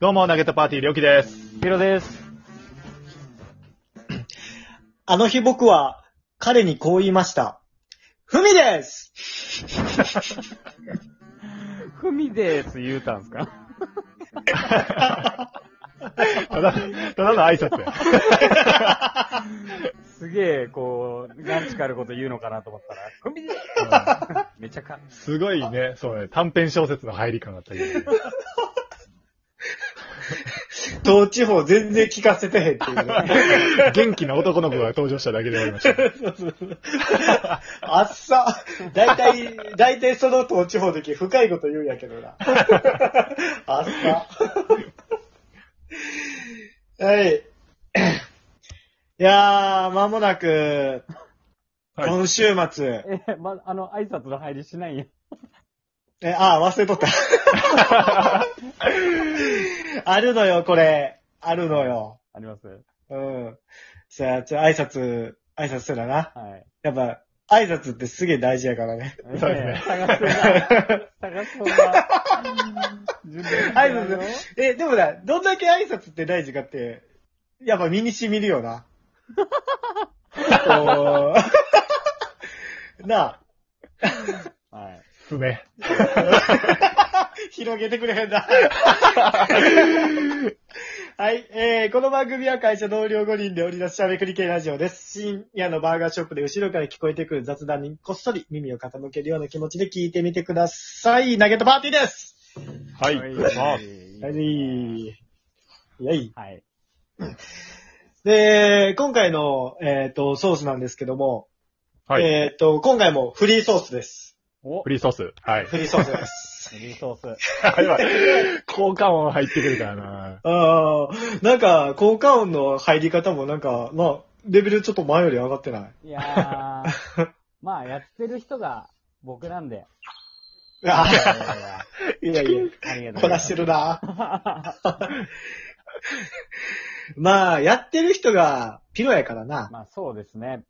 どうも、ナゲットパーティー、りょうきです。ヒロです。あの日僕は彼にこう言いました。ふみですふみです、言うたんすかただ、ただの挨拶や。すげえ、こう、ガンチカること言うのかなと思 ったら、ふみですめちゃか。すごいね、そうね、短編小説の入り感だった けど、東地方全然聞かせてへんっていう ね。元気な男の子が登場しただけで終わりました。あっさ。だいたい、だいたいその東地方の時深いこと言うんやけどな。あっさ。はい。いやー、まもなく、はい今週末。え、ま、あの、挨拶の入りしないんや。え、あー忘れとった。 あるのよ、これ。あるのよ。ありますうん。さあ、ちょ、挨拶、挨拶するな。はい。やっぱ、挨拶ってすげえ大事やからね。そうですね探すな。探す な。準備挨拶、え、でもな、どんだけ挨拶って大事かって、やっぱ身に染みるよな。こう なあ、はい。すね。広げてくれへんな。 はい、えー、この番組は会社同僚5人で織り出すしゃべくり系ラジオです。深夜のバーガーショップで後ろから聞こえてくる雑談にこっそり耳を傾けるような気持ちで聞いてみてください。ナゲットパーティーですはい。はまい。はい。いやい。はい。で、今回の、えっ、と、ソースなんですけども、あはい。えっ、と、今回もフリーソースです。お、フフリーソース。はい。フリーソースです。リーソース。あれは、効果音入ってくるから な。ああ、なんか、効果音の入り方もなんか、まあ、レベルちょっと前より上がってない。いやー。まあ、やってる人 が僕なんで。ああーいやいや、りがとうございます。 こなしてるな。まあ、やってる人がピロやからな。まあ、そうですね。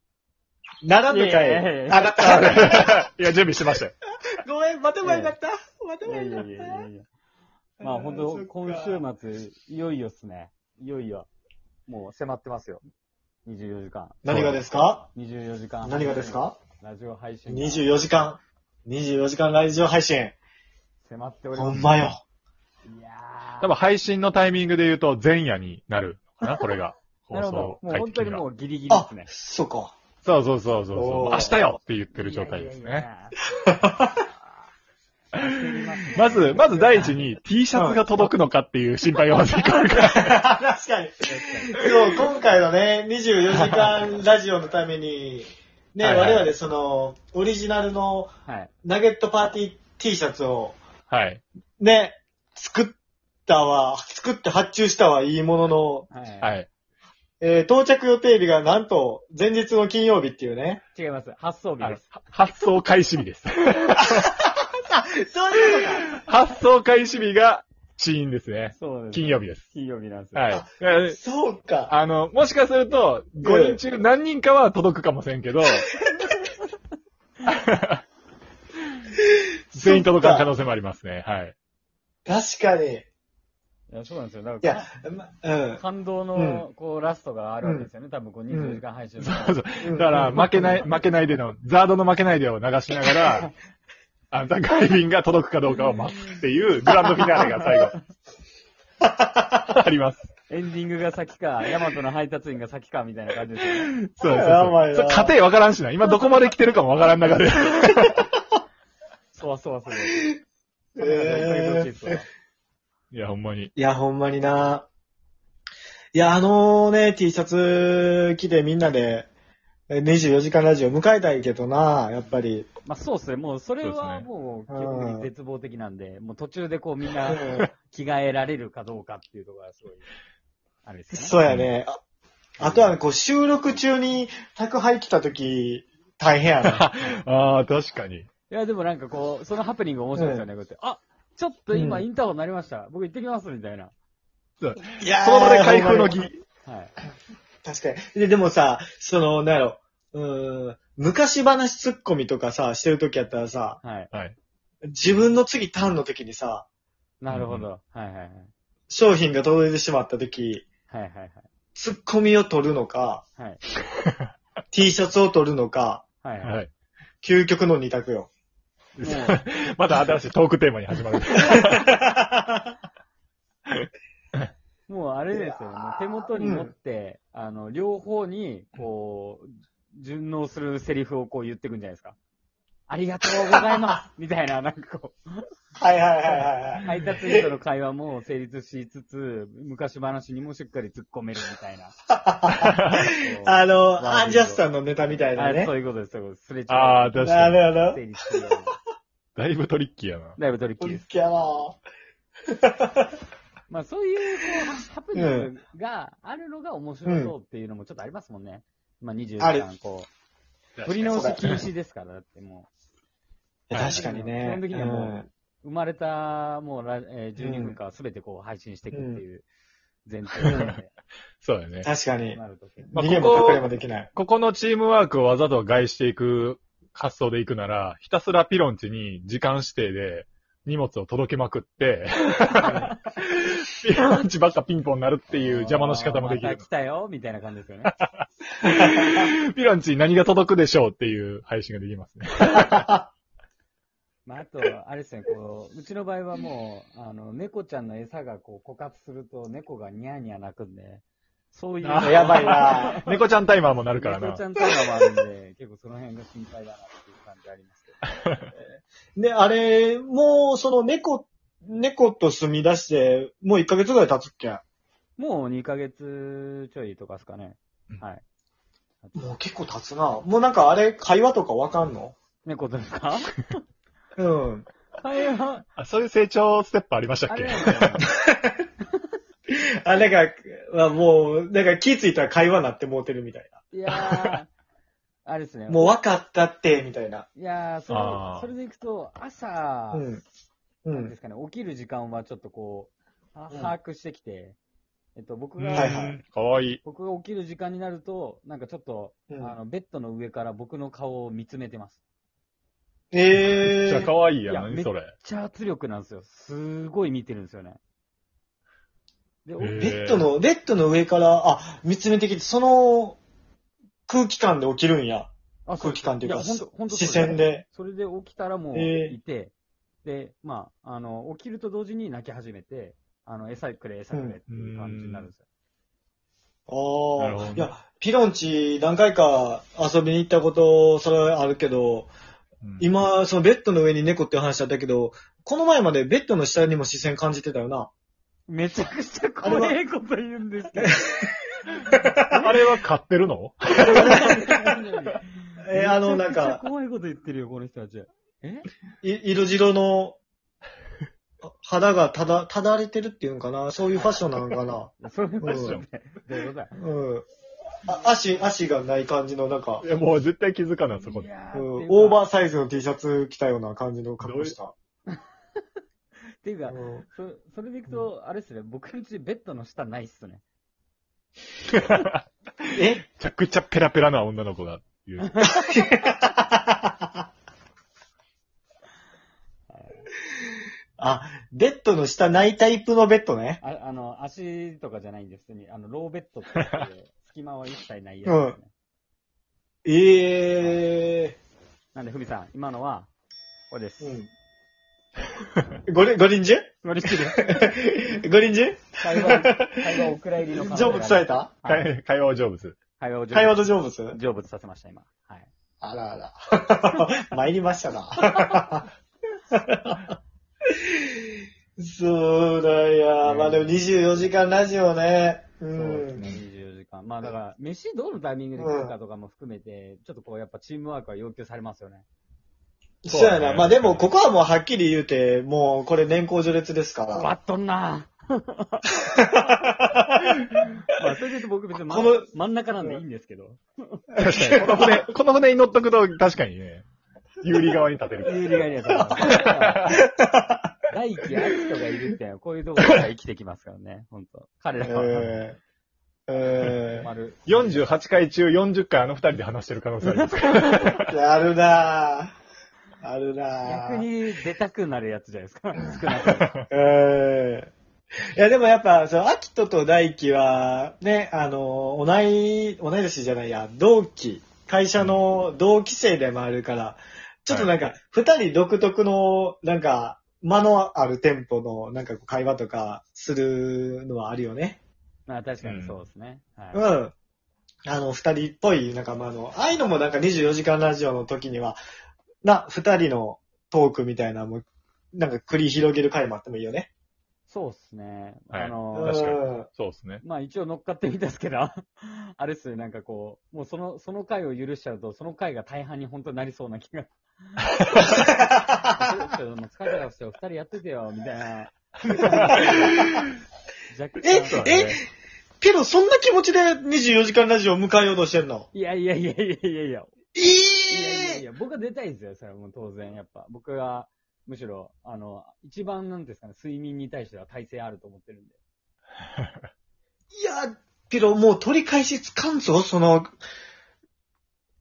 並ぶかいやいやいやい。上いやがった。いや、準備してましたよ。ごめん、待てばよかった。待ていばやいよかやっいやいた。やいや。まあ本当そっか今週末、いよいよっすね。いよいよ。もう迫ってますよ。24時間。何がですか24時間。何がですかラジオ配信。 ?24 時間。24時間ラジオ配信。迫っておりほます。んまよ。いやー。多分配信のタイミングで言うと前夜になるのかな、これが。なるほど。もう本当にもう。うギリギリであすね、。そうか。そうそうそうそうそう。おー明日よって言ってる状態ですいやいね。 やいやいや。まず、まず第一に。に T シャツが届くのかっていう心配がまず一個あるから。 確かに。そう、今回のね、24時間ラジオのために、ね、はいはい我々その、オリジナルのはい。ナゲットパーティー T シャツを、はい。ね、作ったは、作って発注したはいいものの、はい。はい。えー到着予定日がなんと、前日の金曜日っていうね。違います。発送日あでのす。発送開始日 です。あ、そういうこ発送開始日が死因ですね。そうです。金曜日です。金曜日なんですよ。はい。だからとか。そうか。あの、もしかすると、5人中何人かは届くかもしれん けど、全員届かん可能性もありますね。はい。確かに。いいや、そうなんですよ。だからや、まうん。感動の、こう、ラストがあるわけですよね。多分、こう、24時間配信の。そうそう。だから、負けない、負けないでの、ザードの負けないでを流しなが ら、あの、宅配便が届くかどうかを待つっていう、グランドフィナーレが最 後。あります。エンディングが先か、ヤマトの配達員が先か、みたいな感じですよね。そうそうやばそういなそう。家庭わからんしな。今どこまで来てるかもわからん中で。そわそわする。えそんな感じで追いかけてほしいーっすわ いや、ほんまに。いや、ほんまにな。いや、あのね、T シャツ着てみんなで、え24時間ラジオ迎えたいけどな、やっぱり。まあ、そうっすね。もう、それはもう、基そうですね本的に絶望的なんで、もう途中でこう、みんうなん着替えられるかどうかっていうところがすごい、あれですね。そうやね。ああとは、こう、収録中に宅配来た時、大変やな。ああ、確かに。いや、でもなんかこう、そのハプニング面白いですよね、こうやって。あちょっと今、うんインターホン鳴りました。僕行ってきます、みたいな。 いやーその場で開封のほんまに儀。はい。確かに。で、でもさ、その、なんやろ、うーん、昔話ツッコミとかさ、してる時やったらさ、はい。はい。自分の次ターンの時にさ、なるほど。はいはいはい。商品が届いてしまった時、はいはいはい。ツッコミを取るのか、はい。 T シャツを取るのか、はいはい。はい。究極の二択よ。また新しいトークテーマに始まる。もう、もうあれですよいねやー。手元に持って、あの、両方に、こう、順応するセリフをこう言ってくんじゃないですか。ありがとうございますみたいな、なんかこう、はいはいはいはいはい。配達員との会話も成立しつつ、昔話にもしっかり突っ込めるみたいな。 あの、ワールドアンジャスさんのネタみたいなあねそ。ういうことです、そういうことです。すれ違い ああ、確なかに。るほど。整理するようにだいぶトリッキーやな。だいぶトリッキトーリでッす。キーやなまあそういう、こう、ハプニングがあるのが面白そうっていうのもちょっとありますもんね。まあ20時ある間、こう、振り直し禁止ですから、だってもいや確かにね。基本的にはもううんう、生まれた、もうラ、えー12分間は全てこう配信していくっていう前提で、そうだね。確かに。なるとき。まあ逃げこもこ隠れもできない。 ここのチームワークをわざと外していく発想でいくなら、ひたすらピロンチに時間指定で荷物を届けまくって、 ピロンチばっかピンポンなるっていう邪魔の仕方もできあーるまた。来たよ、みたいな感じです よね。ピロンチに何が届くでしょうっていう配信ができますね。まあ、あと、あれですね、こう、うちの場合はもう、あの、猫ちゃんの餌がこう枯渇すると、猫がニャーニャー鳴くんで、そういう。あーやばいな猫ちゃんタイマーもなるから猫なち。ゃんとかもあるんで、結構その辺が心配だなっていう感じありますけど。 で、あれ、もう、その猫、猫と住み出して、もう1ヶ月ぐらい経つっけもう2ヶ月ちょいとかですかねうん。はい。もう結構経つな。もうなんかあれ、会話とかわかんの猫で すかうん。会話、あそういう成長ステップありましたっあけれなんですよね。あ、なんか、あもう、なんか気づいたら会話なってもうてるみたいいやー、あれですねな。。もう分かったって、みたいな。いやー、それあー、それでいくと、朝、うん。うなんでん。すかね、起きる時間はちょっとこう、あうん把握してきて、えっと、僕うんが、はいはいかわいい。僕が起きる時間になると、なんかちょっと、うんあの、ベッドの上から僕の顔を見つめてます。めっえちゃー。かわいいやん。いや何それ。めっちゃ圧力なんですよ。すごい見てるんですよね。で、おへーベッドの、ベッドの上から、あ、見つめてきて、その空気感で起きるんや。あ空気感というかやほんとほんと視そうです線で。それで起きたらもうへーいて、で、まあ、あの、起きると同時に泣き始めて、あの、餌くれ、餌くれっていう感じになるんですよ。あなるほあど。いや、ピロンチ何回か遊びに行ったこと、それはあるけど、うん今、そのベッドの上に猫っていう話だったけど、この前までベッドの下にも視線感じてたよな。めちゃくちゃ怖いこと言うんですけど。あれは買ってるの えーあの、なんめちゃくちゃか、怖いこと言ってるよ、この人たち。えい色白のあ肌がただ、ただれてるっていうんかな。そういうファッションなのかな。そういうことうだんね。どういうことだうん。あ足、足がない感じの、なんかい、や、もう絶対気づかない、そこいで。やうんーオーバーサイズの T シャツ着たような感じの格好した。っていうか、うんそそれでいくと、あれっすね、僕んちベッドの下ないっすね。えめちゃくちゃペラペラな女の子が言う。あ、ベッドの下ないタイプのベッドね。ああの、足とかじゃないんです、普通に。あの、ローベッドって言 って、隙間は一切ないやつですね。ええー。なんで、ふみさん、今のは、これです。うん。ごり、ご臨終乗り 切る。ご臨終会話、会話お蔵入りの可能性成がある仏されたはい会会話を成仏。会話を成仏会話と成仏成仏させました、今。はい。あらあら。 参りましたな。 そうだよ。まあでも24時間ラジオね。うそうですん。ね、24時間。まあだから、飯どのタイミングで食うかとかも含めて、ちょっとこう、やっぱチームワークは要求されますよね。そうやな。ねまあでも、ここはもうはっきり言うて、もうこれ年功序列ですから。バッとんなまあ、それで言うと僕別に真この真ん中なんでいいんですけど。確かに。この船、この船に乗っとくと、確かにね、有利側に立てる。有利がいりやと思います。大輝あきとがいるって、こういうところから生きてきますからね、本当彼らは。えー え丸48回中40回あの二人で話してる可能性ありますから。ー、やるなぁ。あるなぁ逆。に出たくなるやつじゃないですか。少なくともうんいや、でもやっぱ、その、秋人と大輝は、ね、あの、同い、同い年じゃないや、同期、会社の同期生でもあるから、ちょっとなんか、二人独特の、なんか、間のあるテンポの、なんかこう会話とかするのはあるよね。まあ確かにそうですね。はいうん。あの、二人っぽい仲間の、ああいうのもなんか24時間ラジオの時には、な、二人のトークみたいなのも、なんか繰り広げる回もあってもいいよね。そうですね。はいあの、確かにうんそうですね。まあ一応乗っかってみたっすけど、あれっすね、なんかこう、もうその、その回を許しちゃうと、その回が大半に本当になりそうな気が。ちょっともう疲れた顔してよ、二人やっててよ、みたいな。若干えそうだえねけど、そんな気持ちで24時間ラジオを迎えようとしてんのいやいやいやいやいやいや。えいやいやいえや、僕は出たいですよ、それはもう当然、やっぱ。僕が、むしろ、あの、一番なんですかね、睡眠に対しては耐性あると思ってるんで。いや、けどもう取り返しつかんぞ、その、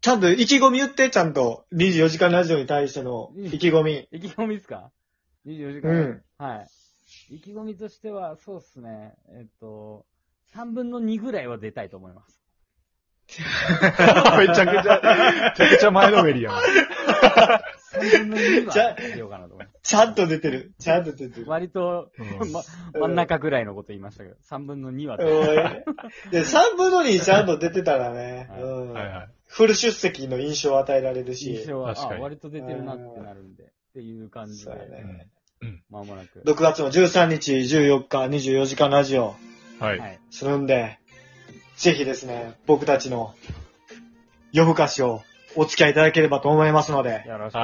ちゃんと意気込み言って、ちゃんと。24時間ラジオに対しての意気込み。意気込みですか ?24 時間。うん。はい。意気込みとしては、そうですね。えっと、3分の2ぐらいは出たいと思います。 めちゃくちゃ、めちゃくちゃ前のめりやん。 3分の2じゃは出ようかなと思います。ちゃんと出てる。ちゃんと出てる。割と、うん ま、真ん中ぐらいのこと言いましたけど、3分の2はお出いたい。で、3分の2ちゃんと出てたらね、はいうんはいはい。フル出席の印象を与えられるし印、象は、あ確かに割と出てるなってなるんで、っていう感じでそう、やねまもなく。 6月の13日、14日、24時間ラジオ。は。はいい。するんで、ぜひですね、僕たちの夜更かしをお付き合いいただければと思いますので、よろしくお願いします。